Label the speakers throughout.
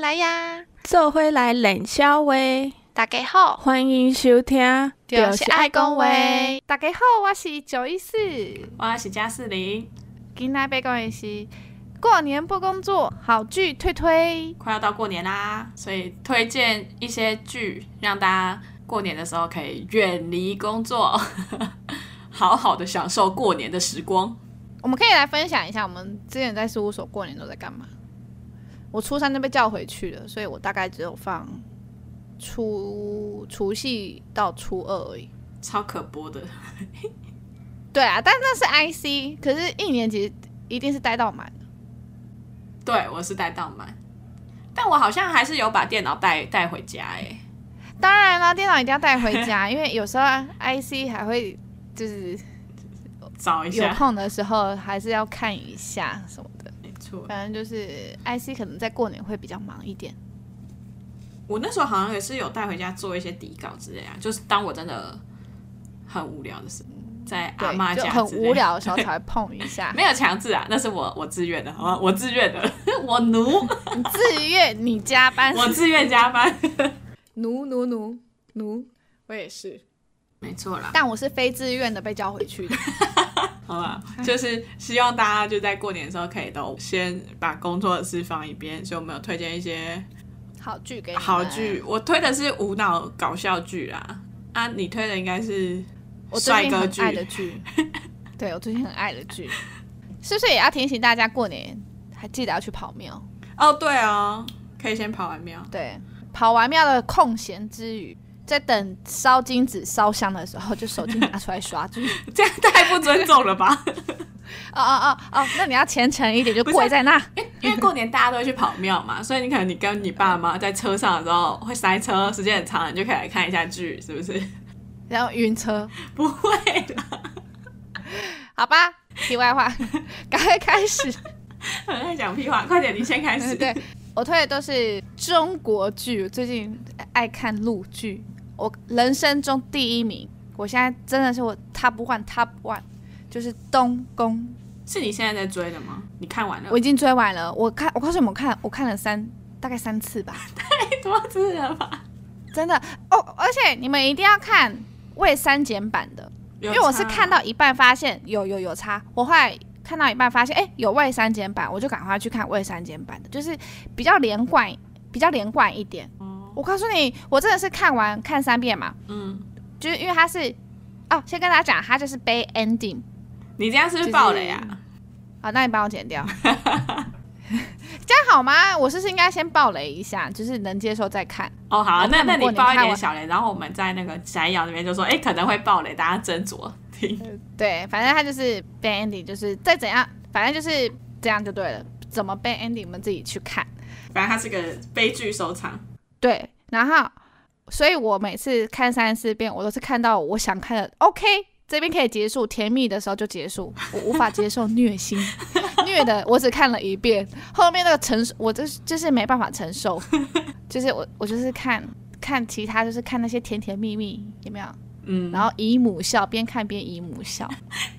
Speaker 1: 来呀，
Speaker 2: 做伙来冷笑话，
Speaker 1: 大家好，
Speaker 2: 欢迎收听，
Speaker 1: 就是爱讲话。大家好，我是九一四，
Speaker 2: 我是嘉士林，
Speaker 1: 今天要讲的是过年不工作，好剧推推。
Speaker 2: 快要到过年啦，所以推荐一些剧，让大家过年的时候可以远离工作， 好好的享受过年的时光。
Speaker 1: 我们可以来分享一下，我们之前在事务所过年都在干嘛。我初三就被叫回去了，所以我大概只有放初除夕到初二而已。
Speaker 2: 超可播的，
Speaker 1: 对啊，但那是 IC，可是一年级一定是待到满。
Speaker 2: 对我是带到满，但我好像还是有把电脑带带回家哎、
Speaker 1: 当然啦，电脑一定要带回家， 因为有时候 IC 还会就是
Speaker 2: 找一
Speaker 1: 有
Speaker 2: 下，
Speaker 1: 空的时候还是要看一下什么的。
Speaker 2: 没错。
Speaker 1: 反正就是 IC 可能在过年会比较忙一点。
Speaker 2: 我那时候好像也是有带回家做一些底稿之类啊，就是当我真的很无聊的时候，在阿妈
Speaker 1: 对，就
Speaker 2: 家
Speaker 1: 很
Speaker 2: 之类。
Speaker 1: 无，聊的时候才会碰一下
Speaker 2: 没有强制啊，那是我我自愿的，好吗？我自愿的， 我奴，
Speaker 1: 你自愿你加班，
Speaker 2: 我自愿加班，
Speaker 1: 奴奴奴奴，我也是，
Speaker 2: 没错啦，
Speaker 1: 但我是非自愿的被叫回去的。
Speaker 2: 好吧，就是希望大家就在过年的时候可以都先把工作的事放一边，所以我们有推荐一些
Speaker 1: 好剧给你们
Speaker 2: 好，剧，我推的是无脑搞笑剧啦，啊，你推的应该是
Speaker 1: 我最
Speaker 2: 帅
Speaker 1: 近
Speaker 2: 哥
Speaker 1: 很
Speaker 2: 剧，
Speaker 1: 爱的 剧，对我最近很爱的剧，是不是也要提醒大家过年还记得要去跑庙？
Speaker 2: 哦，对哦，可以先跑完庙。
Speaker 1: 对，跑完庙的空闲之余，在等烧金纸烧香的时候，就手机拿出来刷剧。
Speaker 2: 这样太不尊重了 吧？
Speaker 1: 哦哦哦哦，那你要虔诚一点，就
Speaker 2: 不是
Speaker 1: 跪在那。
Speaker 2: 因为过年大家都会去跑庙嘛，所以你可能你跟你爸妈在车上的时候会塞车，时间很长，你就可以来看一下剧，是不是？
Speaker 1: 然后晕车，
Speaker 2: 不会啦，
Speaker 1: 好吧。题外 话，赶快开始。
Speaker 2: 很爱讲屁 话，快点，你先开始。
Speaker 1: 嗯，对我推的都是中国剧，最近爱看陆剧，我人生中第一名。我现在真的是我 top one top one，就是《东宫》，
Speaker 2: 是你现在在追的吗？你看完了
Speaker 1: 我？已经追完了。我看，我告诉你们，我看我看了三大概三次吧。
Speaker 2: 多次了吧？
Speaker 1: 真的哦，而且你们一定要看未删减版的，
Speaker 2: 因
Speaker 1: 因为我是看到一半发现有有有差，我后来看到一半发现哎、诶有未删减版，我就赶快去看未删减版的，就是比较连贯，比较连贯一点。我告诉你，我真的是看完看三遍嘛，
Speaker 2: 嗯，
Speaker 1: 就是因为它是哦，先跟大家讲，它就是悲 ending。
Speaker 2: 你这样是不是爆雷啊？
Speaker 1: 好，那你帮我剪掉，这样好吗？我是不是应该先爆雷一下，就是能接受再看？
Speaker 2: 哦，好啊、
Speaker 1: 我
Speaker 2: 那
Speaker 1: 看
Speaker 2: 那
Speaker 1: 过
Speaker 2: 你
Speaker 1: 你
Speaker 2: 爆一
Speaker 1: 看
Speaker 2: 点
Speaker 1: 完
Speaker 2: 小雷，然后我们在那个宅瑶那边就说，哎、可能会爆雷，大家斟酌听。
Speaker 1: 对，反正他就是 bad ending，就是再怎样，反正就是这样就对了。怎么 bad ending，我们自己去看。
Speaker 2: 反正它是个悲剧收场。
Speaker 1: 对，然后，所以我每次看三四遍，我都是看到我想看的。OK，这边可以结束，甜蜜的时候就结束，我无法接受虐心， 虐的我只看了一遍，后面那个承受，我就是就是没办法承 受，就是我我就是看看其他，就是看那些甜甜蜜蜜有没有，
Speaker 2: 嗯，
Speaker 1: 然后姨母笑，边看边姨母笑。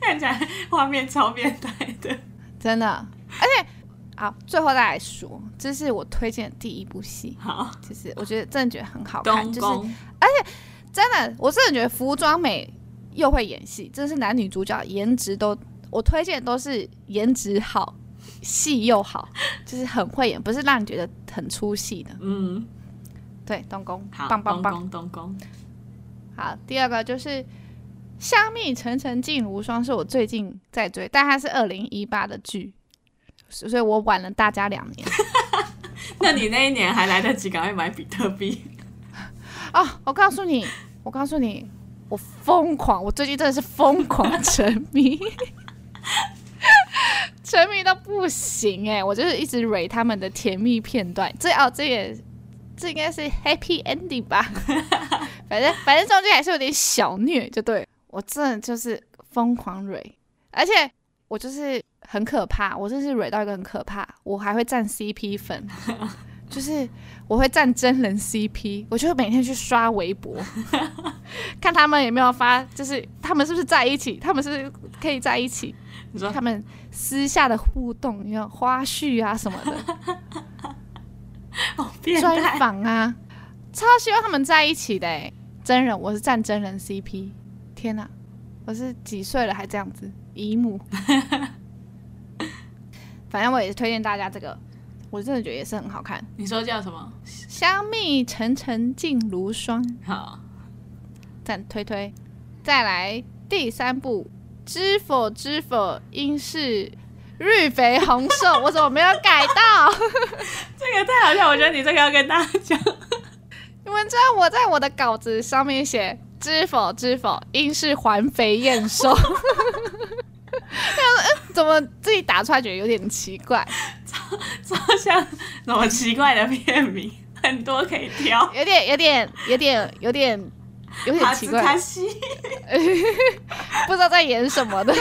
Speaker 2: 看起来画面超变态的。
Speaker 1: 真的，而且好，最后再来说，这是我推荐的第一部戏，
Speaker 2: 好，
Speaker 1: 就是我觉得真的觉得很好看，
Speaker 2: 东
Speaker 1: 就是
Speaker 2: 宫
Speaker 1: 真的，我真的觉得服装美又会演戏，真是男女主角颜值都，我推荐都是颜值好，戏又好，就是很会演，不是让你觉得很出戏的。
Speaker 2: 嗯，
Speaker 1: 对，东宫，
Speaker 2: 好，
Speaker 1: 棒棒棒。
Speaker 2: 东宫东宫，
Speaker 1: 好，第二个就是《香蜜沉沉烬如霜》，是我最近在追，但它是二零一八的剧，所以我晚了大家两年。
Speaker 2: 那你那一年还来得及赶快买比特币？
Speaker 1: 哦，我告诉你，我告诉你，我疯狂，我最近真的是疯狂沉迷， 沉迷到不行哎、我就是一直蕊他们的甜蜜片段，这哦，这也这应该是 happy ending 吧， 反正反正中间还是有点小虐，就对我真的就是疯狂蕊，而且我就是很可怕，我真是蕊到一个很可怕，我还会站 CP 粉，就是。我会站真人 CP，我就会每天去刷微 博，看他们有没有发，就是他们是不是在一起，他们是不是可以在一起，
Speaker 2: 你说
Speaker 1: 他们私下的互动，你看花絮啊什么的，
Speaker 2: 好 哦变
Speaker 1: 专
Speaker 2: 态，
Speaker 1: 访啊，超希望他们在一起的、欸。真人，我是站真人 CP。天哪、我是几岁了还这样子，姨母。 反正我也是推荐大家这个，我真的觉得也是很好看。
Speaker 2: 你说叫什么？
Speaker 1: 香蜜沉沉烬如霜，
Speaker 2: 好，
Speaker 1: 赞推推。再来第三部，知否知否，应是绿肥红瘦。我怎么没有改到？
Speaker 2: 这个太好笑，我觉得你这个要跟大家讲。
Speaker 1: 你们知道我在我的稿子上面写“知否知否，应是环肥燕瘦” 然后说。嗯，怎么自己打出来觉得有点奇怪，
Speaker 2: 超 像什么奇怪的片名，很多可以挑。
Speaker 1: 有点有点有点有点有点
Speaker 2: 哈
Speaker 1: 奇
Speaker 2: 兹
Speaker 1: 怪
Speaker 2: 卡，西
Speaker 1: 不知道在演什么的。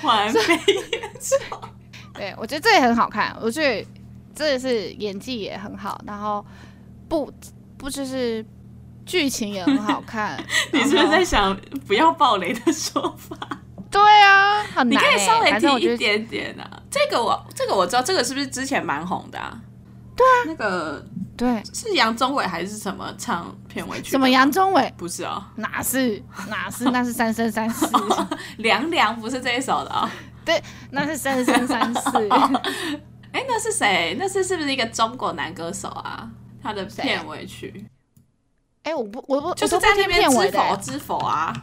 Speaker 2: 环飞，。
Speaker 1: 对，我觉得这也很好看，我觉得这也是演技也很好，然后不不就是剧情也很好看
Speaker 2: 你是不是
Speaker 1: 然
Speaker 2: 在
Speaker 1: 后？
Speaker 2: 想不要暴雷的说法？
Speaker 1: 对啊，很
Speaker 2: 你
Speaker 1: 难、
Speaker 2: 可
Speaker 1: 欸。
Speaker 2: 以稍微
Speaker 1: 反正我
Speaker 2: 提
Speaker 1: 觉
Speaker 2: 一
Speaker 1: 得
Speaker 2: 点点啊。这个我这个我知道，这个是不是之前蛮红的啊？对啊，那个
Speaker 1: 对，
Speaker 2: 是杨宗纬还是什么唱片尾曲？
Speaker 1: 什么杨？宗纬。
Speaker 2: 不是哦，
Speaker 1: 哪是哪是，那是三生三世，
Speaker 2: 凉凉不是这一首的哦。
Speaker 1: 那是三生三世。
Speaker 2: 哎，那是谁？那是是不是一个中国男歌手啊？他的片尾曲
Speaker 1: 哎、我不，我不，
Speaker 2: 就
Speaker 1: 我
Speaker 2: 是
Speaker 1: 都不
Speaker 2: 在那
Speaker 1: 听
Speaker 2: 边
Speaker 1: 片尾
Speaker 2: 知
Speaker 1: 的、欸
Speaker 2: 否知否啊，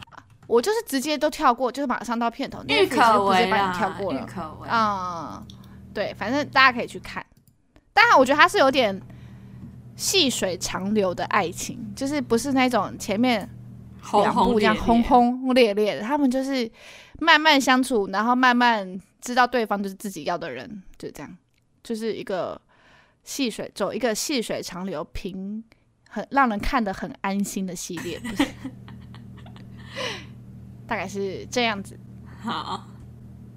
Speaker 1: 我就是直接都跳过，就是马上到片头，
Speaker 2: 郁
Speaker 1: Netflix
Speaker 2: 可
Speaker 1: 就直
Speaker 2: 唯
Speaker 1: 接帮
Speaker 2: 啦
Speaker 1: 你跳，过
Speaker 2: 郁
Speaker 1: 了。
Speaker 2: 可唯。
Speaker 1: 嗯，对，反正大家可以去看。当然，我觉得它是有点细水长流的爱情，就是不是那种前面
Speaker 2: 轰
Speaker 1: 两
Speaker 2: 轰
Speaker 1: 部这
Speaker 2: 烈
Speaker 1: 样
Speaker 2: 烈，
Speaker 1: 轰轰烈烈的，他们就是慢慢相处，然后慢慢知道对方就是自己要的人，就这样，就是一个细水走一个细水长流平。很让人看得很安心的系列， 不是大概是这样子。
Speaker 2: 好，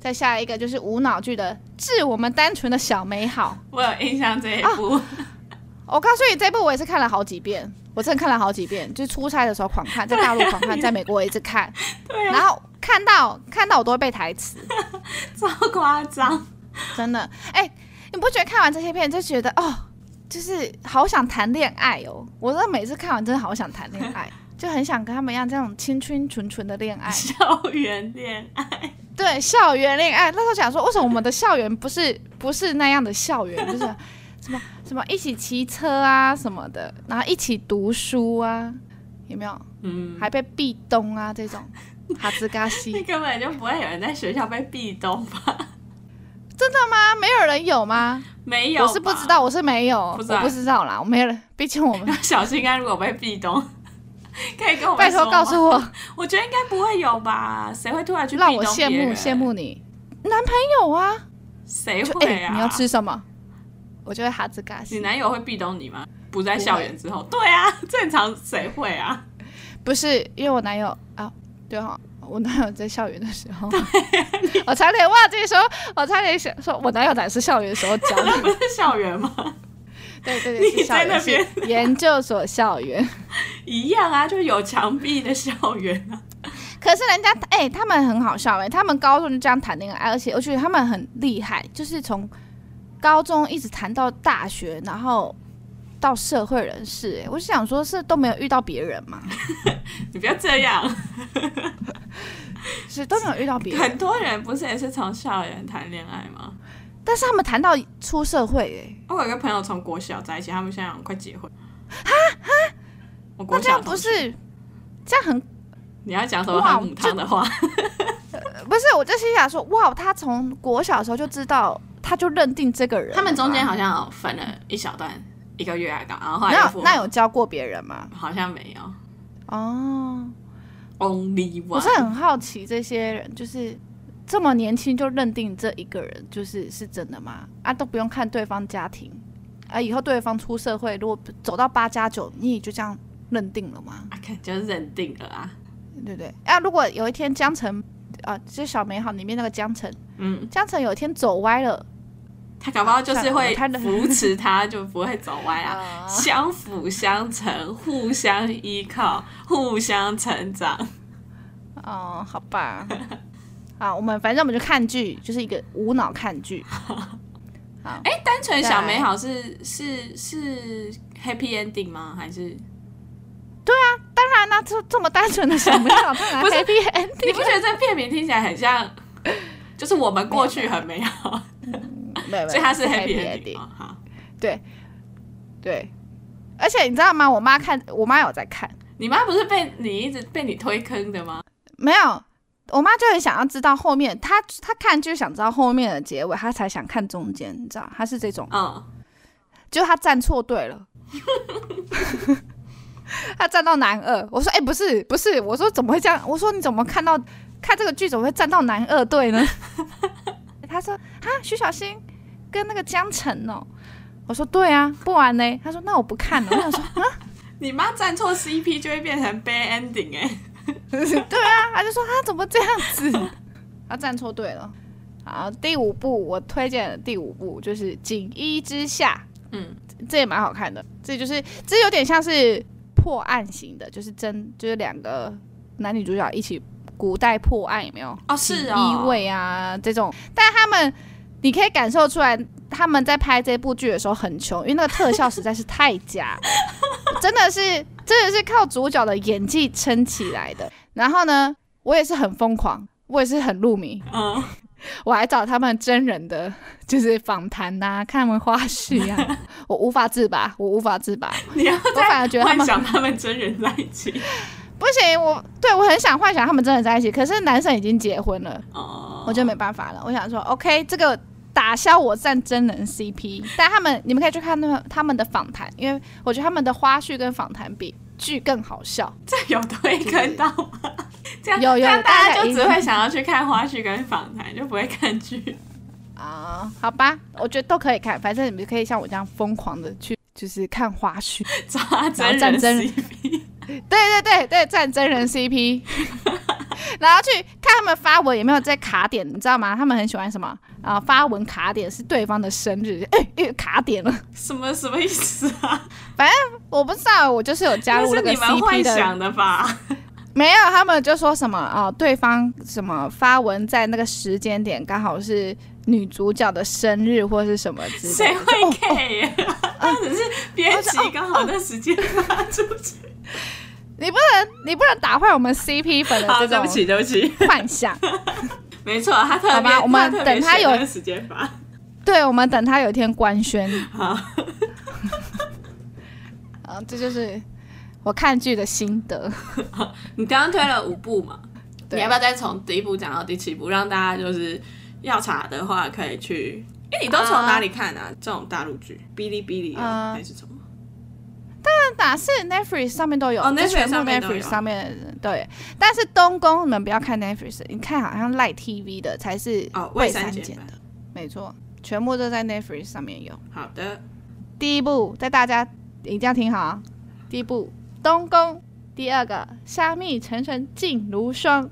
Speaker 1: 再下一个就是无脑剧的《致我们单纯的小美好
Speaker 2: 我有印象这一部，》。
Speaker 1: 啊 我告诉你，这部我也是看了好几遍，我真的看了好几遍，就是出差的时候狂 看，在大陆狂看，在美国也一直看，
Speaker 2: 对啊，
Speaker 1: 然后看到看到我都会背台词，
Speaker 2: 超夸张。
Speaker 1: 真的。哎、你不觉得看完这些片就觉得哦，就是好想谈恋爱哦？我真的每次看完真的好想谈恋爱，就很想跟他们一样这种清清纯纯的恋爱。
Speaker 2: 校园恋爱，
Speaker 1: 对，校园恋爱。那时候想说，为什么我们的校园不是不是那样的校园？ 就是什么什么一起骑车啊什么的，然后一起读书啊，有没有？
Speaker 2: 嗯，
Speaker 1: 还被壁咚啊这种， 哈兹嘎
Speaker 2: 那
Speaker 1: 西
Speaker 2: 根本就不会有人在学校被壁咚吧？
Speaker 1: 啊，没有人有吗？
Speaker 2: 没有，
Speaker 1: 我是不知。道，我是没有，
Speaker 2: 不知道
Speaker 1: 我不知道啦，我没有人，毕竟我们
Speaker 2: 要小心啊！如果被壁咚， 可以 跟我们
Speaker 1: 拜托
Speaker 2: 说吗
Speaker 1: 告诉我，
Speaker 2: 我觉得应该不会有吧？谁会突 然去
Speaker 1: 让我
Speaker 2: 壁咚别
Speaker 1: 羡慕
Speaker 2: 人
Speaker 1: 羡？慕你男朋友啊，
Speaker 2: 谁
Speaker 1: 就
Speaker 2: 会
Speaker 1: 哎、
Speaker 2: 啊？
Speaker 1: 你要吃什么？我就会哈兹嘎
Speaker 2: 你
Speaker 1: 西，
Speaker 2: 男友会壁咚你吗？不在校园之后，对啊，正常谁会啊？
Speaker 1: 不是，因为我男友啊，对哈、我男友在校园的时候， 我差点忘记说，我差点想说，我男友乃是校园的时候教的，
Speaker 2: 那 不是校园吗？
Speaker 1: 对对
Speaker 2: 你
Speaker 1: 对，是校
Speaker 2: 在那
Speaker 1: 园，是研究所校园。
Speaker 2: 一样啊，就是有墙壁的校园啊。
Speaker 1: 可是人家哎、他们很好笑哎、他们高中就这样谈恋爱，而且我觉得他们很厉害，就是从高中一直谈到大学，然后到社会人士、哎，我是想说，是都没有遇到别人嘛，
Speaker 2: 你不要这样，
Speaker 1: 是都没有遇到别 人
Speaker 2: 很，多人不是也是从校园谈恋爱吗？
Speaker 1: 但是他们谈到出社会哎、
Speaker 2: 我有一个朋友从国小在一起，他们现在快结婚。我国
Speaker 1: 那这
Speaker 2: 小
Speaker 1: 样
Speaker 2: 同
Speaker 1: 不
Speaker 2: 学
Speaker 1: 是这样很
Speaker 2: 你要讲什么
Speaker 1: 哇
Speaker 2: 很母汤的话？
Speaker 1: 不是，我就心想说，哇，他从国小的时候就知道，他就认定这个人了吧。
Speaker 2: 他们中间好像分了一小段一个月啊，然后后来
Speaker 1: 那
Speaker 2: 又
Speaker 1: 有
Speaker 2: 复
Speaker 1: 那
Speaker 2: 合
Speaker 1: 有教过别人吗？
Speaker 2: 好像没有
Speaker 1: 哦，
Speaker 2: only one。
Speaker 1: 我是很好奇这些人，就是这么年轻就认定这一个人，就是是真的吗？啊，都不用看对方家庭，啊，以后对方出社会，如果走到八加九，你也就这样认定了吗？
Speaker 2: 啊，看就是认定了啊。
Speaker 1: 对不对？啊，如果有一天江城啊，就是小美好里面那个江城，
Speaker 2: 嗯，
Speaker 1: 江城有一天走歪了，
Speaker 2: 他搞不好就是会
Speaker 1: 算了我看
Speaker 2: 扶持他，就不会走歪啊。
Speaker 1: 啊
Speaker 2: 相辅相成，互相依靠，互相成长。
Speaker 1: 哦，好 吧。啊，我们反正我们就看剧，就是一个无脑看剧。好，
Speaker 2: 哎、单纯小美
Speaker 1: 对
Speaker 2: 好是是是 happy ending 吗？还是
Speaker 1: 当然啦、这这么单纯的小美好，当然
Speaker 2: 不是
Speaker 1: happy
Speaker 2: 你
Speaker 1: ending
Speaker 2: 不觉得这片名听起来很 像，就是我们过去很美好，
Speaker 1: 没有，没有
Speaker 2: 所以它是 happy
Speaker 1: happy
Speaker 2: ending 吗？好，
Speaker 1: 对，而且你知道吗？我妈看，我妈有在看，
Speaker 2: 你妈不是被你一直被你推坑的吗？
Speaker 1: 没有，我妈就很想要知道后面，她她看就想知道后面的结尾，她才想看中间，你知道，她是这种，
Speaker 2: 嗯，
Speaker 1: 就她站错队了。她站到男二，我说：“哎、不是，不是，我说怎么会这样？我说你怎么看到看这个剧怎么会站到男二队呢？” 她说：“啊，徐小新跟那个江晨哦。”我说：“对啊，不然呢？”她说：“那我不看了。”我想说：“
Speaker 2: 你妈站错 CP 就会变成 bad ending 哎、
Speaker 1: 对啊，他就说他怎么这样子， 他站错队了。好，第五部我推荐的第五部就是《锦衣之下
Speaker 2: 嗯》，
Speaker 1: 这也蛮好看的。这就是这有点像是破案型的，就是真就是两个男女主角一起古代破案，有没有？
Speaker 2: 哦是
Speaker 1: 锦衣
Speaker 2: 哦，
Speaker 1: 卫啊这种，但他们你可以感受出来，他们在拍这部剧的时候很穷，因为那个特效实在是太假， 真的是真的是靠主角的演技撑起来的。然后呢，我也是很疯狂，我也是很入迷，
Speaker 2: 嗯，
Speaker 1: 我还找他们真人的，就是访谈呐、看他们花絮 啊，我无法自拔，我无法自拔，
Speaker 2: 你要
Speaker 1: 我反而觉得他
Speaker 2: 幻
Speaker 1: 们
Speaker 2: 想他们真人在一起
Speaker 1: 不行，我对我很想幻想他们真的在一起，可是男生已经结婚了。
Speaker 2: 哦，
Speaker 1: 我就没办法了。我想说，OK，这个打消我站真人 CP，但他们你们可以去看那个他们的访谈，因为我觉得他们的花絮跟访谈比剧更好笑。
Speaker 2: 这有推坑到吗？这样
Speaker 1: 有有
Speaker 2: 这样大
Speaker 1: 大
Speaker 2: 家
Speaker 1: 家
Speaker 2: 就
Speaker 1: 一
Speaker 2: 只会想要去看花絮跟访谈，就不会看剧。
Speaker 1: 啊、好吧，我觉得都可以看，反正你们可以像我这样疯狂的去，就是看花絮。
Speaker 2: 抓真
Speaker 1: 然
Speaker 2: 人
Speaker 1: 后战争
Speaker 2: CP，
Speaker 1: 对对对对，站真人 CP，然后去看他们发文有没有在卡点，你知道吗？他们很喜欢什么啊、发文卡点是对方的生日， 哎、哎卡点了。
Speaker 2: 什么什么意思啊？
Speaker 1: 我不知道，我就是有加入那
Speaker 2: 这是
Speaker 1: 个
Speaker 2: 你们幻
Speaker 1: CP 的
Speaker 2: 想的吧？
Speaker 1: 没有，他们就说什么啊、对方什么发文在那个时间点刚好是女主角的生日或是什么之类
Speaker 2: 谁
Speaker 1: 的。哦
Speaker 2: 会 gay？啊或者是编辑刚好那时间发出去？
Speaker 1: 你不能，你不能打坏我们 CP 粉
Speaker 2: 好，
Speaker 1: 的
Speaker 2: 对
Speaker 1: 这
Speaker 2: 不
Speaker 1: 种
Speaker 2: 起，对不起，
Speaker 1: 幻想。
Speaker 2: 没错，他特
Speaker 1: 好
Speaker 2: 别，
Speaker 1: 吧我们
Speaker 2: 特别
Speaker 1: 等他
Speaker 2: 选
Speaker 1: 有
Speaker 2: 那个时间发。
Speaker 1: 对，我们等他有一天官宣。
Speaker 2: 好，
Speaker 1: 啊，这就是我看剧的心得。
Speaker 2: 你刚刚推了五部嘛？你
Speaker 1: 对
Speaker 2: 要不要再从第一部讲到第七部，让大家就是要查的话可以去？哎，你都从哪里看啊？这种大陆剧，哔哩哔哩哦
Speaker 1: 啊
Speaker 2: 还是什么？
Speaker 1: 哪是 Netflix 上面都有，
Speaker 2: 哦
Speaker 1: 这
Speaker 2: Netflix
Speaker 1: 全部
Speaker 2: 上面都有
Speaker 1: Netflix 上面对。但是东宫你们不要看 Netflix，你看好像 Lite TV 的才是
Speaker 2: 哦
Speaker 1: 未
Speaker 2: 未删减
Speaker 1: 减
Speaker 2: 版
Speaker 1: 的，没错，全部都在 Netflix 上面有。
Speaker 2: 好的，
Speaker 1: 第一步，在大家一定要听好啊。第一步，东宫；第二个，虾蜜沉沉烬如霜；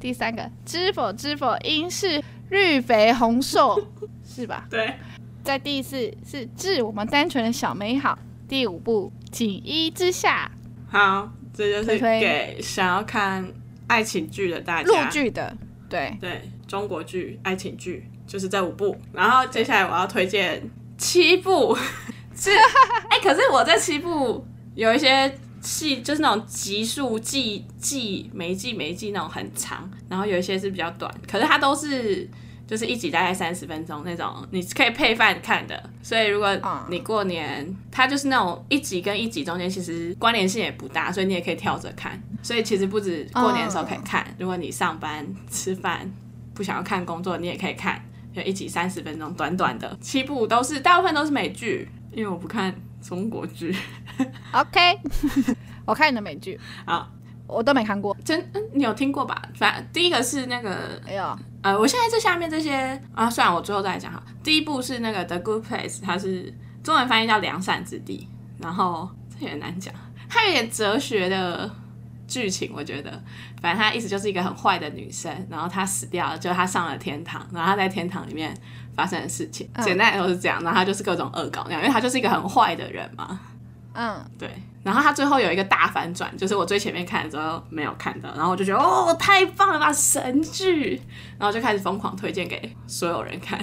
Speaker 1: 第三个，知否知否应是绿肥红瘦，是吧？
Speaker 2: 对，
Speaker 1: 在第四是致我们单纯的小美好。第五步，锦衣之下，
Speaker 2: 好，这就是
Speaker 1: 推推
Speaker 2: 给想要看爱情剧的大家。
Speaker 1: 陆剧的，对，
Speaker 2: 对中国剧、爱情剧就是这五部。然后接下来我要推荐七部，是哎、可是我这七部有一些戏就是那种集数季季每一季每一季那种很长，然后有一些是比较短，可是它都是。就是一集大概三十分钟那种，你可以配饭看的。所以如果
Speaker 1: 啊
Speaker 2: 你过年，它就是那种一集跟一集中间其实关联性也不大，所以你也可以跳着看。所以其实不止过年的时候可以看，如果你上班、吃饭不想要看工作，你也可以看，就一集三十分钟，短短的七部都是，大部分都是美剧，因为我不看中国剧
Speaker 1: OK，我看你的美剧，
Speaker 2: 啊。
Speaker 1: 我都没看过，
Speaker 2: 真，嗯 你有听过吧？反第一个是那个
Speaker 1: 哎呦，
Speaker 2: 呃，我现在这下面这些啊，算了，我最后再来讲哈。第一部是那个《The Good Place》，它是中文翻译叫《良善之地》，然后这也很难讲，它有点哲学的剧情，我觉得。反正她意思就是一个很坏的女生，然后她死掉了，就她上了天堂，然后她在天堂里面发生的事情，
Speaker 1: 嗯
Speaker 2: 简单来说是这样。然后她就是各种恶搞那样，因为她就是一个很坏的人嘛。
Speaker 1: 嗯，
Speaker 2: 对，然后他最后有一个大反转，就是我最前面看的时候没有看到，然后我就觉得哦，太棒了吧，神剧！然后就开始疯狂推荐给所有人看，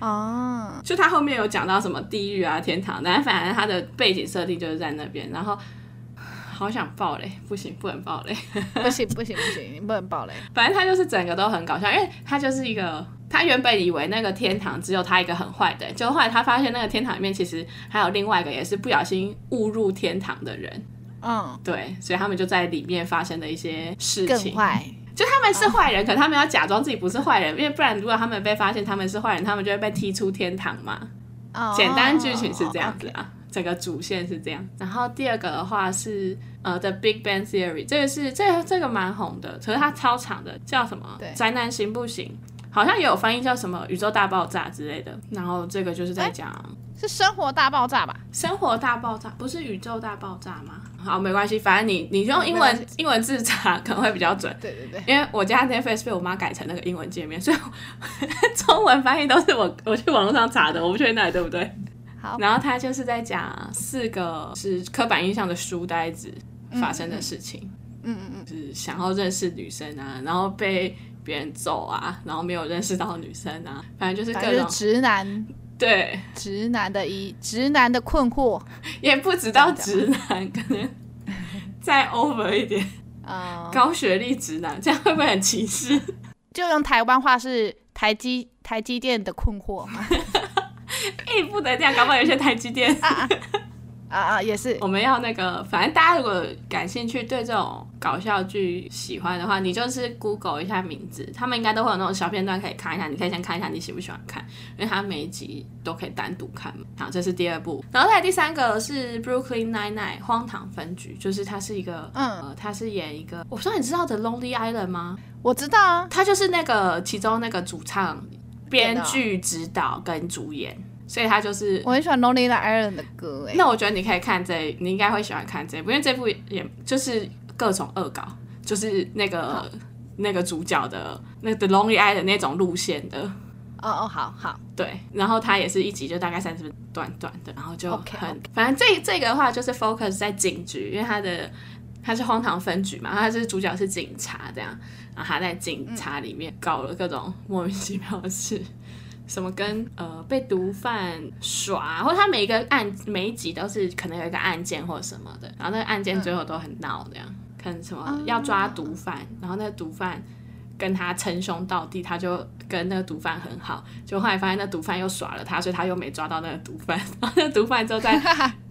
Speaker 1: 啊，
Speaker 2: 就他后面有讲到什么地狱啊、天堂，但反正他的背景设定就是在那边。然后好想爆雷，不行，不能爆雷。
Speaker 1: 不行不行不行，你不能爆雷。
Speaker 2: 反正他就是整个都很搞笑，因为他就是一个，他原本以为那个天堂只有他一个很坏的人，就后来他发现那个天堂里面其实还有另外一个也是不小心误入天堂的人，
Speaker 1: 嗯，
Speaker 2: 对，所以他们就在里面发生的一些事
Speaker 1: 更
Speaker 2: 情。
Speaker 1: 坏。
Speaker 2: 就他们是坏人，可他们要假装自己不是坏人，因为不然如果他们被发现他们是坏人，他们就会被踢出天堂嘛。
Speaker 1: 哦
Speaker 2: 简单剧情是这样子啊，整个主线是这样。然后第二个的话是呃《The Big Bang Theory》，这个是这个这个蛮红的，可是它超长的，叫什么
Speaker 1: 对？
Speaker 2: 宅男行不行？好像也有翻译叫什么宇宙大爆炸之类的。然后这个就是在讲
Speaker 1: 是生活大爆炸吧？
Speaker 2: 生活大爆炸，不是宇宙大爆炸吗？好，没关系，反正你你用英
Speaker 1: 没
Speaker 2: 文
Speaker 1: 关
Speaker 2: 英文字查可能会比较准。
Speaker 1: 对对对，
Speaker 2: 因为我家 Netflix 被我妈改成那个英文界面，所以我 中文翻译都是我我去网络上查的，我不确定那里对不对。
Speaker 1: 好
Speaker 2: 然后他就是在讲四个是刻板印象的书呆子发生的事情，
Speaker 1: 嗯嗯嗯，
Speaker 2: 就是想要认识女生啊，然后被别人揍啊，然后没有认识到女生啊，反正就是
Speaker 1: 反
Speaker 2: 各
Speaker 1: 正就是
Speaker 2: 种
Speaker 1: 直男
Speaker 2: 对，
Speaker 1: 直男的疑，直男的困惑。
Speaker 2: 也不知道直男，可能 再
Speaker 1: 哦
Speaker 2: over 一点，
Speaker 1: 嗯，
Speaker 2: 高学历直男，这样会不会很歧 视？
Speaker 1: 就用台湾话是台积台积电的困惑 啊嘛？
Speaker 2: 哎、不能这样，搞不好有些台积电。
Speaker 1: 啊啊，也是
Speaker 2: 我们要那个，反正大家如果感兴趣，对这种搞笑剧喜欢的话，你就是 Google 一下名字，他们应该都会有那种小片段可以看一下，你可以先看一下你喜不喜欢看，因为它每一集都可以单独看嘛。好，这是第二部，然后再来第三个是 Brooklyn Nine Nine 荒唐分局，就是它是一个，
Speaker 1: 嗯
Speaker 2: 呃，它是演一个，我说你知道的 Lonely Island 吗？
Speaker 1: 我知道啊，
Speaker 2: 它就是那个其中那个主唱、
Speaker 1: 编
Speaker 2: 编
Speaker 1: 的哦
Speaker 2: 剧、指导跟主演，所以它就是
Speaker 1: 我很喜欢 Lonely Island 的歌哎诶。
Speaker 2: 那我觉得你可以看这，你应该会喜欢看这部，因为这部也就是各种恶搞，就是那个那个主角的那个 The Lonely Eye 的那种路线的。
Speaker 1: 哦哦，好好，
Speaker 2: 对，然后它也是一集就大概三十分短短的，然后就很
Speaker 1: OK，OK
Speaker 2: 反正这这个的话就是 focus 在警局，因为它的它是荒唐分局嘛，它是主角是警察这样，然后他在警察里面搞了各种莫名其妙的事，什么跟呃被毒贩耍，或者他每一个案每一集都是可能有一个案件或者什么的，然后那个案件最后都很闹这样，可能什么要抓毒贩，然后那个毒贩。跟他称兄道弟，他就跟那个毒贩很好，就后来发现那毒贩又耍了他，所以他又没抓到那个毒贩。然后那毒贩就在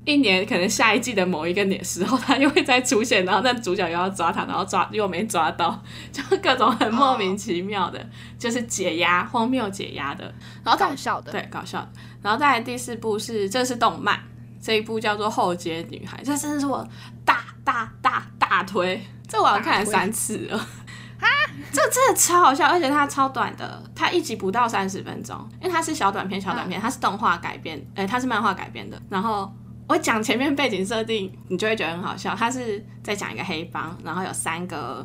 Speaker 2: 一年，可能下一季的某一个年时候，他又会再出现，然后那主角又要抓他，然后抓又没抓到，就各种很莫名其妙的就是解压、荒谬解压的。然后再
Speaker 1: 搞笑的，
Speaker 2: 对，搞笑的。然后再来第四部是，这是动漫，这一部叫做《后街女孩》，这真的是我大大大大推，这我要看了三次了。啊，这真的超好笑，而且它超短的，它一集不到三十分钟，因为它是小短片，小短片，它是动画改编，哎、它是漫画改编的。然后我讲前面背景设定，你就会觉得很好笑。它是在讲一个黑帮，然后有三个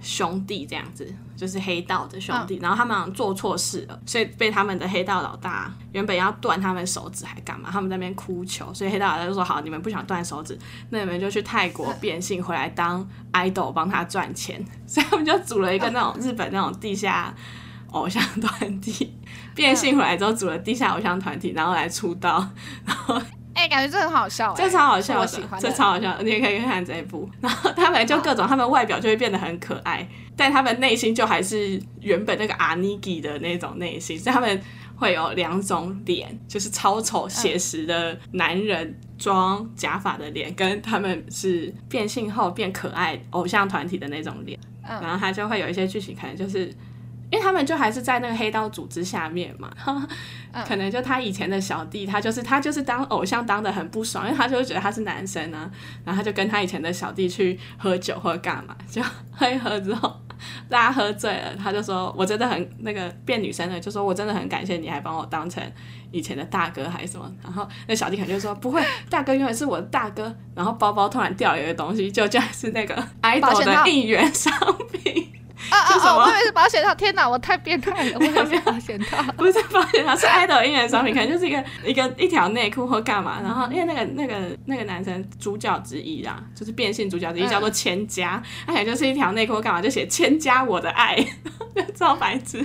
Speaker 2: 兄弟这样子，就是黑道的兄弟，然后他们好像做错事了，所以被他们的黑道老大原本要断他们手指还干嘛，他们在那边哭求，所以黑道老大就说好，你们不想断手指，那你们就去泰国变性回来当 idol 帮他赚钱，所以他们就组了一个那种日本那种地下偶像团体，变性回来之后组了地下偶像团体，然后来出道，
Speaker 1: 哎，啊感觉这很好笑诶，
Speaker 2: 这超好笑
Speaker 1: 是
Speaker 2: 的，
Speaker 1: 我喜欢
Speaker 2: 这
Speaker 1: 的。哦
Speaker 2: 超好笑的，你也可以看这一部。然后他们就各种，他们外表就会变得很可爱，但他们内心就还是原本那个阿尼基的那种内心，所以他们会有两种脸，就是超
Speaker 1: 嗯
Speaker 2: 丑写实的男人装假发的脸，跟他们是变性后变可爱偶像团体的那种脸。
Speaker 1: 嗯
Speaker 2: 然后他就会有一些剧情，可能就是。因为他们就还是在那个黑道组织下面嘛，可能就他以前的小弟，他就是他就是当偶像当的很不爽，因为他就会觉得他是男生啊，然后他就跟他以前的小弟去喝酒或者干嘛，就喝一喝之后，大家喝醉了，他就说我真的很那个变女生了，就说我真的很感谢你还把我当成以前的大哥还是什么，然后那小弟可能就说不会，大哥永远是我的大哥，然后包包突然掉了一个东西，就这样是那个 idol
Speaker 1: 险套
Speaker 2: 的应援商品。
Speaker 1: 啊啊
Speaker 2: 这什
Speaker 1: 啊！
Speaker 2: 么
Speaker 1: 我以为是保险套，天哪，我太变态 了，我以为是保险套。
Speaker 2: 不是保险套，是爱豆应援商品，可能就是一个一个一条内裤或干嘛。然后因为那个那个那个男生主角之一啊，就是变性主角之一，
Speaker 1: 嗯
Speaker 2: 叫做千 家，他可能就是一条内裤或干嘛，就写千家我的爱，超白痴。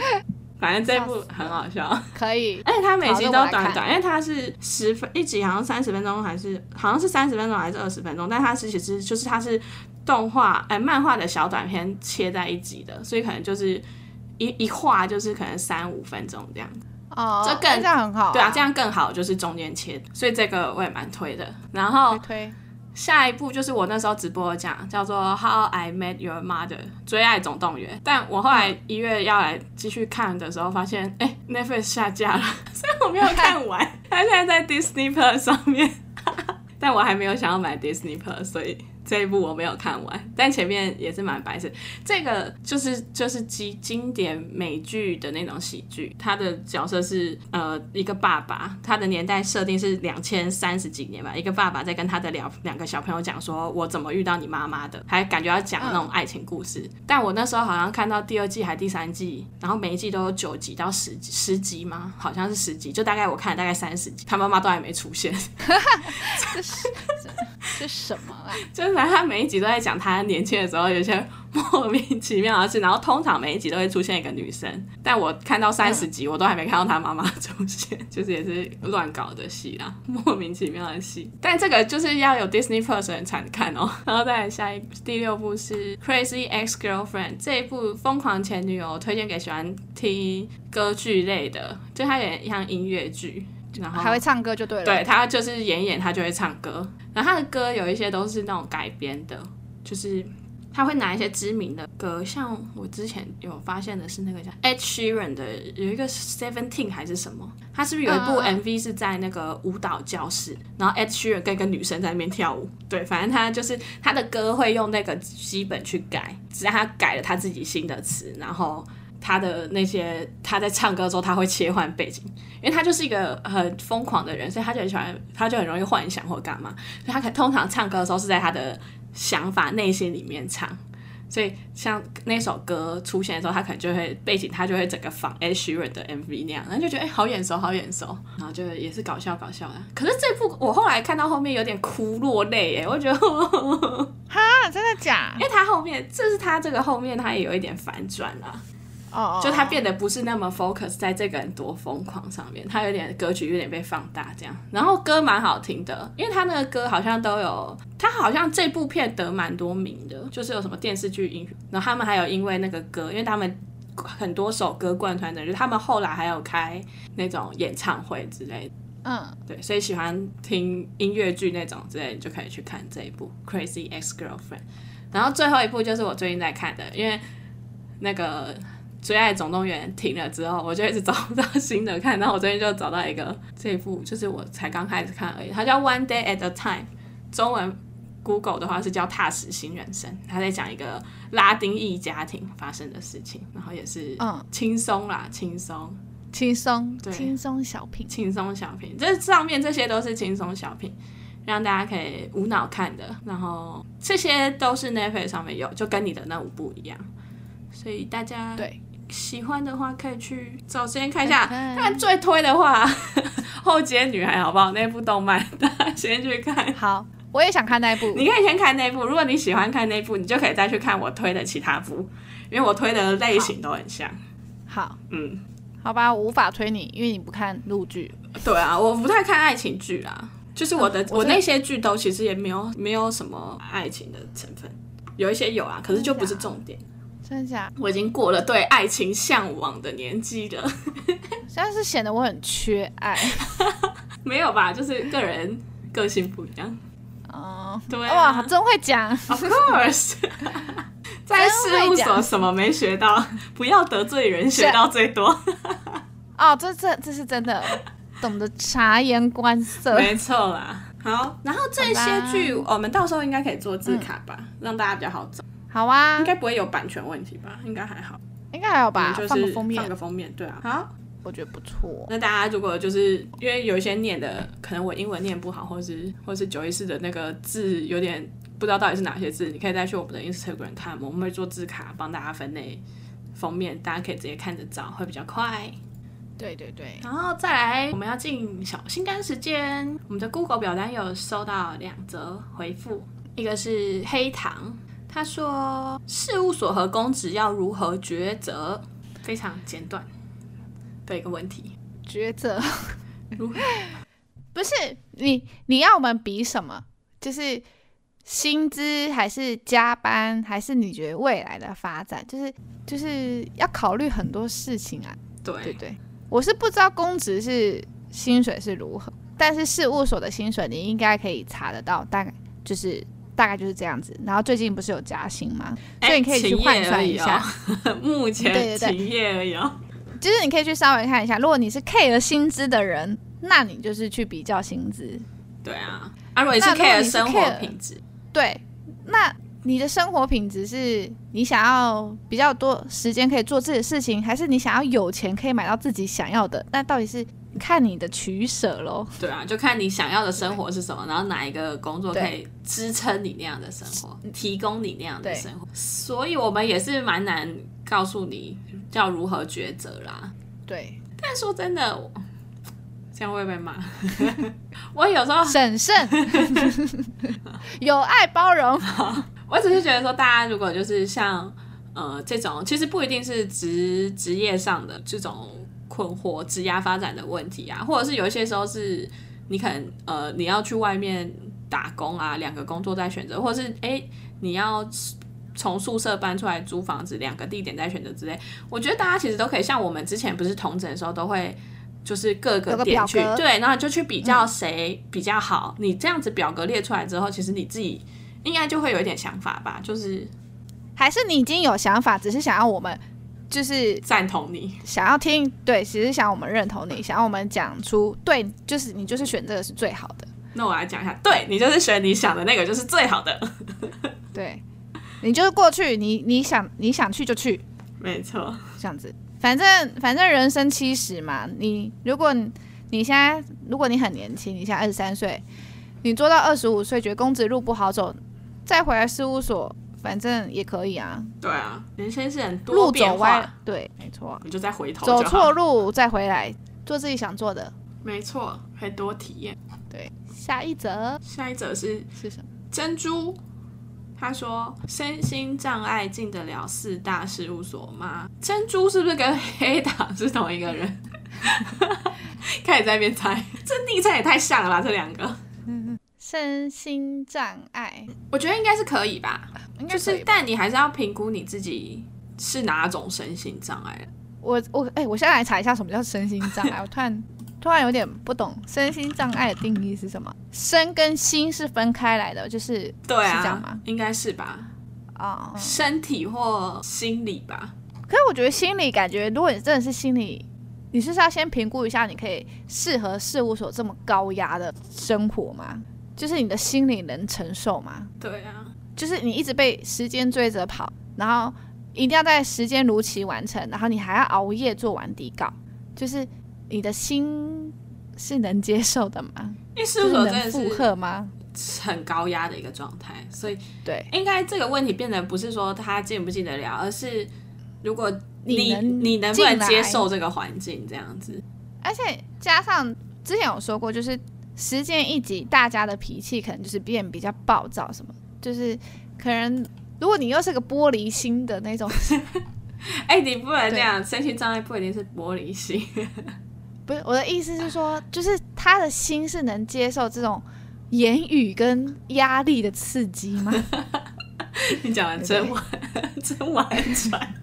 Speaker 2: 反正这部
Speaker 1: 笑死了
Speaker 2: 很好笑，
Speaker 1: 可以，
Speaker 2: 而且它每集
Speaker 1: 好
Speaker 2: 都
Speaker 1: 那我来
Speaker 2: 短
Speaker 1: 看
Speaker 2: 短，因为它是十分一集，好像三十分钟还是好像是三十分钟还是二十分钟，但它其实就是它是动画哎、漫画的小短片切在一集的，所以可能就是一一画就是可能三五分钟这样子。
Speaker 1: 哦，
Speaker 2: 这更
Speaker 1: 那这样很好，
Speaker 2: 对啊，这样更好，就是中间切，所以这个我也蛮推的。然后
Speaker 1: 来推
Speaker 2: 下一部就是我那时候直播讲，叫做《How I Met Your Mother》追爱总动员。但我后来一月要来继续看的时候，发现哎、n e t f l i x 下架了，所以我没有看完。它现在在 Disney Plus 上面， 但我还没有想要买 Disney Plus，所以这一部我没有看完。但前面也是蛮白痴，这个就是就是经经典美剧的那种喜剧，他的角色是呃一个爸爸，他的年代设定是两千三十几年吧，一个爸爸在跟他的两两个小朋友讲说，我怎么遇到你妈妈的，还感觉要讲那种爱情故事。但我那时候好像看到第二季还第三季，然后每一季都有九集到十集十集吗？好像是十集，就大概我看了大概三十集，他妈妈都还没出现。
Speaker 1: 这是这这什么啊？
Speaker 2: 就是反正他每一集都在讲他年轻的时候有一些 莫名其妙的事，然后通常每一集都会出现一个女生，但我看到三十
Speaker 1: 嗯
Speaker 2: 集我都还没看到他妈妈出现，就是也是乱搞的戏啦，莫名其妙的戏。但这个就是要有 Disney Plus 的人才能看哦。然后再来下一第六部是 Crazy Ex Girlfriend 这一部《疯狂前女友》，我推荐给喜欢听歌剧类的，就它有点像音乐剧， 然后
Speaker 1: 还会唱歌就对了，
Speaker 2: 对他就是演一演，他就会唱歌。然后他的歌有一些都是那种改编的，就是他会拿一些知名的歌，像我之前有发现的是那个叫 Ed Sheeran 的有一个 Seventeen 还是什么，他是不是有一部
Speaker 1: 嗯
Speaker 2: MV 是在那个舞蹈教室，然后 Ed Sheeran 跟一个女生在那边跳舞？对，反正他就是他的歌会用那个基本去改，只是他改了他自己新的词，然后。他的那些他在唱歌的时候，他会切换背景，因为他就是一个很疯狂的人，所以他就很喜欢，他就很容易幻想或干嘛。所以他可通常唱歌的时候是在他的想法、内心里面唱。所以像那首歌出现的时候，他可能就会背景，他就会整个仿 Ed Sheeran 的 MV 那样，然后就觉得哎、好眼熟，好眼熟，然后就也是搞笑搞笑的。啊可是这部我后来看到后面有点哭落泪哎，我觉得
Speaker 1: 哈，真的假
Speaker 2: 因？为他后面这是他这个后面他也有一点反转啦、
Speaker 1: 哦，
Speaker 2: 就他变得不是那么 focus 在这个人多疯狂上面，他有点格局有点被放大这样。然后歌蛮好听的，因为他那个歌好像都有，他好像这部片得蛮多名的，就是有什么电视剧音乐，然后他们还有因为那个歌，因为他们很多首歌贯穿的，就是他们后来还有开那种演唱会之类的。
Speaker 1: 嗯，
Speaker 2: 对，所以喜欢听音乐剧那种之类，你就可以去看这一部《Crazy Ex Girlfriend》。然后最后一部就是我最近在看的，因为那个《追爱总动员》停了之后，我就一直找不到新的看。然后我最近就找到一个这一部，就是我才刚开始看而已，它叫《One Day at a Time》，中文 Google 的话是叫《踏实新人生》，它在讲一个拉丁裔家庭发生的事情，然后也是
Speaker 1: 嗯
Speaker 2: 轻松啦，轻松。
Speaker 1: 轻松，
Speaker 2: 对
Speaker 1: 轻松小品，
Speaker 2: 轻松小品，这上面这些都是轻松小品，让大家可以无脑看的。然后这些都是 Netflix 上面有，就跟你的那五部一样。所以大家
Speaker 1: 对，
Speaker 2: 喜欢的话，可以去找时间看一下。
Speaker 1: 看看
Speaker 2: 但最推的话， 《后街女孩》好不好？那部动漫大家先去看。
Speaker 1: 好，我也想看那一部，
Speaker 2: 你可以先看那部，如果你喜欢看那部，你就可以再去看我推的其他部，因为我推的类型都很像。
Speaker 1: 好，
Speaker 2: 嗯，
Speaker 1: 好吧，我无法推你，因为你不看陆剧，
Speaker 2: 对啊，我不太看爱情剧啦，就是我的、
Speaker 1: 啊我
Speaker 2: 我
Speaker 1: 真的
Speaker 2: 那些剧都其实也没有没有什么爱情的成分，有一些有啊，可是就不是重点。
Speaker 1: 真的假？
Speaker 2: 我已经过了对爱情向往的年纪了，
Speaker 1: 现在是显得我很缺爱，
Speaker 2: 没有吧？就是个人个性不一样。
Speaker 1: 嗯，
Speaker 2: 对啊
Speaker 1: 哇，真会讲，
Speaker 2: Of course，在事务
Speaker 1: 真会
Speaker 2: 所
Speaker 1: 讲
Speaker 2: 什么没学到，不要得罪人，学到最多。
Speaker 1: 哦，这这这是真的，懂得察言观色，
Speaker 2: 没错啦。好，然后这些
Speaker 1: 好吧嗯
Speaker 2: 剧我们到时候应该可以做字卡吧，让大家比较好找，
Speaker 1: 好啊
Speaker 2: 应，该不会有版权问题吧？应该还好。
Speaker 1: 应该还好吧
Speaker 2: 嗯就，是
Speaker 1: 放个封面
Speaker 2: 放，个封面，对啊。好，
Speaker 1: 我觉得不错，
Speaker 2: 那大家如果就是因为有一些念的，可能我英文念不好，或是或是九一四的那个字有点不知道到底是哪些字，你可以再去我们的 Instagram 看，我们会做字卡帮大家分类封面，大家可以直接看着找，会比较快。
Speaker 1: 对对对，
Speaker 2: 然后再来，我们要进小心肝时间。我们的 Google 表单有收到两则回复，一个是黑糖，他说事务所和公职要如何抉择，非常简短。的一个问题。
Speaker 1: 抉择
Speaker 2: 如何？
Speaker 1: 不是你，你要我们比什么？就是薪资，还是加班，还是你觉得未来的发展？就是就是要考虑很多事情啊，对
Speaker 2: 对，
Speaker 1: 不对？我是不知道公职是薪水是如何，但是事务所的薪水你应该可以查得到，大概就是大概就是这样子。然后最近不是有加薪吗？所以你可以去换算一下，
Speaker 2: 哎。 目前
Speaker 1: 对对对
Speaker 2: 停业而已哦。
Speaker 1: 就是你可以去稍微看一下。如果你是 care 薪资的人，那你就是去比较薪资。
Speaker 2: 对啊，啊，如果你是
Speaker 1: 那如果你
Speaker 2: care
Speaker 1: 是
Speaker 2: 生活
Speaker 1: care-
Speaker 2: 品质，
Speaker 1: 对，那你的生活品质是你想要比较多时间可以做自己的事情，还是你想要有钱可以买到自己想要的？那到底是看你的取舍喽。
Speaker 2: 对啊，就看你想要的生活是什么，然后哪一个工作可以支撑你那样的生活，提供你那样的
Speaker 1: 对
Speaker 2: 生活。所以我们也是蛮难告诉你要如何抉择啦。
Speaker 1: 对，
Speaker 2: 但说真的，我这样会被骂。 我有时候
Speaker 1: 审慎，有爱包容。
Speaker 2: 我只是觉得说，大家如果就是像呃这种，其实不一定是职职业上的这种困惑、职涯发展的问题啊，或者是有一些时候是你可能呃你要去外面打工啊，两个工作在选择，或者是哎、诶你要从宿舍搬出来租房子，两个地点在选择之类。我觉得大家其实都可以，像我们之前不是同诊的时候都会。就是各
Speaker 1: 有
Speaker 2: 个
Speaker 1: 个
Speaker 2: 点
Speaker 1: 表
Speaker 2: 去
Speaker 1: 格嗯
Speaker 2: 对，然后就去比较谁比较好。你这样子表格列出来之后，其实你自己应该就会有一点想法吧，就是
Speaker 1: 还是你已经有想法，只是想要我们就是
Speaker 2: 赞同你。
Speaker 1: 想要听，对，只是想要我们认同你，想要我们讲出对，就是你就是选这个是最好的。
Speaker 2: 那我来讲一下，对你就是选你想的那个就是最好的，
Speaker 1: 对，你就是过去，你你想你想去就去，
Speaker 2: 没错，
Speaker 1: 这样子。反正反正人生七十嘛，你如果你你现在如果你很年轻，你现在二十三岁，你做到二十五岁觉得公职路不好走，再回来事务所，反正也可以啊，
Speaker 2: 对啊，人生是很多
Speaker 1: 路
Speaker 2: 变
Speaker 1: 走歪
Speaker 2: 化，，
Speaker 1: 对，没错，
Speaker 2: 你就再回头
Speaker 1: 走
Speaker 2: 就好
Speaker 1: 错，路再回来，做自己想做的。
Speaker 2: 没错，可以多体验。
Speaker 1: 下一则
Speaker 2: 下一则是
Speaker 1: 是什么？
Speaker 2: 珍珠，他说身心障碍进得了四大事务所吗？珍珠是不是跟黑党是同一个人？ 开始在那边猜，这昵称也太像了吧，这两个，
Speaker 1: 身心障碍
Speaker 2: 我觉得应该是可以吧。
Speaker 1: 应该
Speaker 2: 就
Speaker 1: 可
Speaker 2: 是
Speaker 1: 以，吧
Speaker 2: 但你还是要评估你自己是哪种身心障碍。
Speaker 1: 我我哎、我现在来查一下什么叫身心障碍。我突然突然有点不懂身心障碍的定义是什么？身跟心是分开来的，就是
Speaker 2: 对
Speaker 1: 是这样吗
Speaker 2: 啊，应该是吧，
Speaker 1: 啊、嗯
Speaker 2: 身体或心理吧。
Speaker 1: 可是我觉得心理感觉，如果你真的是心理，你是不是要先评估一下，你可以适合事务所这么高压的生活吗？就是你的心理能承受吗？
Speaker 2: 对啊，
Speaker 1: 就是你一直被时间追着跑，然后一定要在时间如期完成，然后你还要熬夜做完底稿，就是你的心是能接受的 吗？
Speaker 2: 因为事
Speaker 1: 就
Speaker 2: 务
Speaker 1: 是
Speaker 2: 所
Speaker 1: 能
Speaker 2: 真
Speaker 1: 负
Speaker 2: 的
Speaker 1: 荷吗？
Speaker 2: 是很高压的一个状态，所以
Speaker 1: 对，
Speaker 2: 应该这个问题变得不是说他进不进得了，而是如果
Speaker 1: 你
Speaker 2: 你
Speaker 1: 能
Speaker 2: 你能不能
Speaker 1: 进来
Speaker 2: 接受这个环境这样子。
Speaker 1: 而且加上之前有说过，就是时间一挤，大家的脾气可能就是变比较暴躁，什么就是可能如果你又是个玻璃心的那种，
Speaker 2: 哎、你不能这样，身心障碍不一定是玻璃心。
Speaker 1: 不是我的意思是说，就是他的心是能接受这种言语跟压力的刺激 吗？
Speaker 2: 你讲的真婉，真婉转。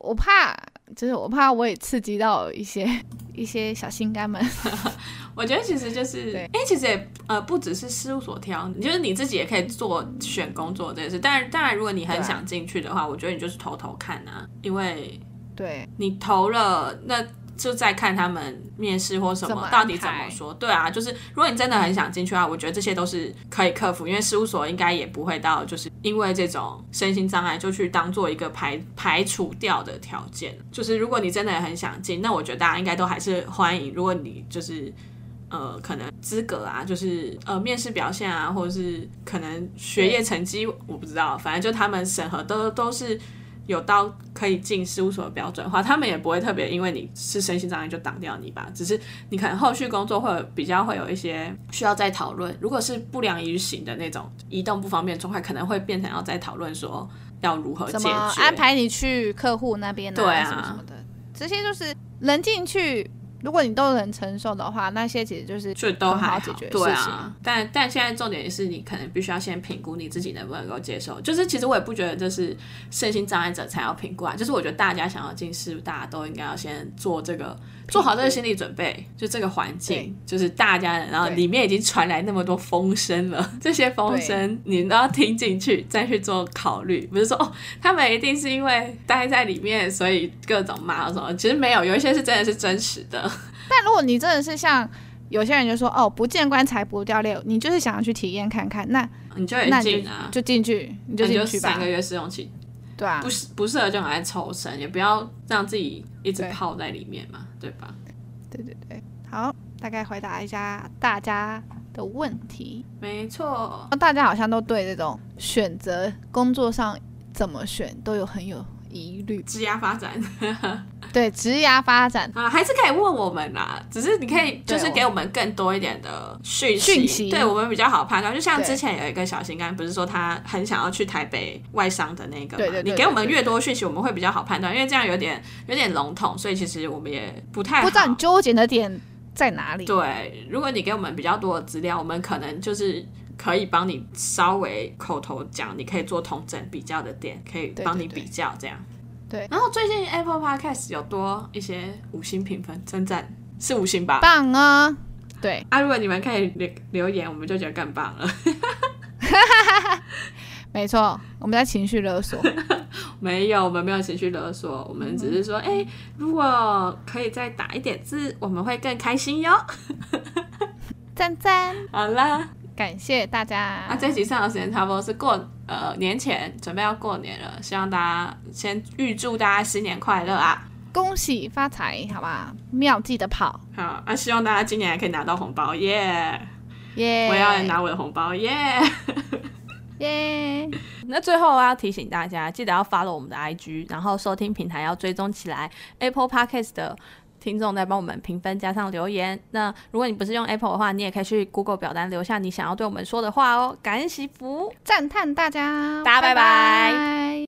Speaker 1: 我怕，就是我怕我也刺激到一些 一些小心肝们。
Speaker 2: 我觉得其实就是，
Speaker 1: 对
Speaker 2: 哎、其实也呃不只是事务所挑，就是你自己也可以做选工作这件事。但当然，如果你很
Speaker 1: 对啊
Speaker 2: 想进去的话，我觉得你就是偷偷看啊，因为
Speaker 1: 对，
Speaker 2: 你投了，那就再看他们面试或什么
Speaker 1: 怎么安排
Speaker 2: 到底怎么说。对啊，就是如果你真的很想进去的话，我觉得这些都是可以克服，因为事务所应该也不会到就是因为这种身心障碍就去当做一个排排除掉的条件。就是如果你真的很想进，那我觉得大家应该都还是欢迎。如果你就是。呃，可能资格啊，就是呃面试表现啊，或者是可能学业成绩，我不知道，反正就他们审核都都是有到可以进事务所的标准的话，他们也不会特别因为你是身心障碍就挡掉你吧。只是你可能后续工作会有比较会有一些需要再讨论。如果是不良于行的那种移动不方便的状态，可能会变成要再讨论说要如何解
Speaker 1: 怎
Speaker 2: 决
Speaker 1: 么安排你去客户那边、啊，
Speaker 2: 对啊
Speaker 1: 什么什么的，这些就是能进去，如果你都能承受的话，那些其实就是
Speaker 2: 就都
Speaker 1: 很
Speaker 2: 还
Speaker 1: 好解决的
Speaker 2: 对
Speaker 1: 事
Speaker 2: 啊
Speaker 1: 情。
Speaker 2: 但但现在重点是你可能必须要先评估你自己能不能够接受。就是其实我也不觉得这是身心障碍者才要评估啊，就是我觉得大家想要进师，大家都应该要先做这个，做好这个心理准备，就这个环境，就是大家，然后
Speaker 1: 对
Speaker 2: 里面已经传来那么多风声了， 这些风声你都要听进去，再去做考虑，不是说哦，他们一定是因为待在里面，所以各种骂什么，其实没有，有一些是真的是真实的，
Speaker 1: 但如果你真的是像有些人就说哦，不见棺材不掉泪，你就是想要去体验看看，那
Speaker 2: 你就
Speaker 1: 那
Speaker 2: 很
Speaker 1: 你
Speaker 2: 近
Speaker 1: 就
Speaker 2: 啊。
Speaker 1: 就进去，你就
Speaker 2: 那你
Speaker 1: 进
Speaker 2: 就
Speaker 1: 去
Speaker 2: 三
Speaker 1: 吧
Speaker 2: 个，月试用期，
Speaker 1: 对啊
Speaker 2: 不，适不适合就拿来抽身，也不要让自己一直
Speaker 1: 对
Speaker 2: 泡在里面嘛，对吧？
Speaker 1: 对对对，好，大概回答一下大家的问题。哦
Speaker 2: 没错，
Speaker 1: 大家好像都对这种选择工作上怎么选都有很有疑虑，
Speaker 2: 职涯发展
Speaker 1: 对职涯发展
Speaker 2: 啊，还是可以问我们啦，只是你可以
Speaker 1: 嗯对
Speaker 2: 就是
Speaker 1: 我
Speaker 2: 给我们更多一点的讯
Speaker 1: 讯息
Speaker 2: 对我们比较好判断。就像
Speaker 1: 对
Speaker 2: 之前有一个小心肝，不是说他很想要去台北外商的那个嘛，
Speaker 1: 对对对
Speaker 2: 你给我们
Speaker 1: 对对
Speaker 2: 越多讯息，我们会比较好判断，因为这样有点有点笼统，所以其实我们也不太
Speaker 1: 不知道
Speaker 2: 好
Speaker 1: 你纠结的点在哪里。
Speaker 2: 对，如果你给我们比较多的资料，我们可能就是可以帮你稍微口头讲，你可以做统整比较的点，可以
Speaker 1: 对
Speaker 2: 帮
Speaker 1: 对
Speaker 2: 你
Speaker 1: 对
Speaker 2: 比较这样。
Speaker 1: 对
Speaker 2: 然后最近 Apple Podcast 有多一些五星评分，真赞，是五星吧？
Speaker 1: 棒啊！对，
Speaker 2: 啊，如果你们可以留留言，我们就觉得更棒了。
Speaker 1: 没错，我们在情绪勒 索。
Speaker 2: 没有，我们没有情绪勒索，我们只是说，哎、如果可以再打一点字，我们会更开心哟。
Speaker 1: 赞赞，
Speaker 2: 好啦。
Speaker 1: 感谢大家。
Speaker 2: 那、这集上的时间差不多是过呃年前，准备要过年了，希望大家先预祝大家新年快乐啊！
Speaker 1: 恭喜发财，好吧？妙记得跑，
Speaker 2: 好，啊，希望大家今年还可以拿到红包耶
Speaker 1: 耶、
Speaker 2: 我要拿我的红包耶
Speaker 1: 耶
Speaker 2: 那最后我要提醒大家，记得要 follow 我们的 IG，然后收听平台要追踪起来。Apple Podcast 的听众在帮我们评分加上留言。那如果你不是用 Apple 的话，你也可以去 Google 表单留下你想要对我们说的话哦。感恩惜福。
Speaker 1: 赞叹大家，
Speaker 2: 大家拜拜
Speaker 1: 拜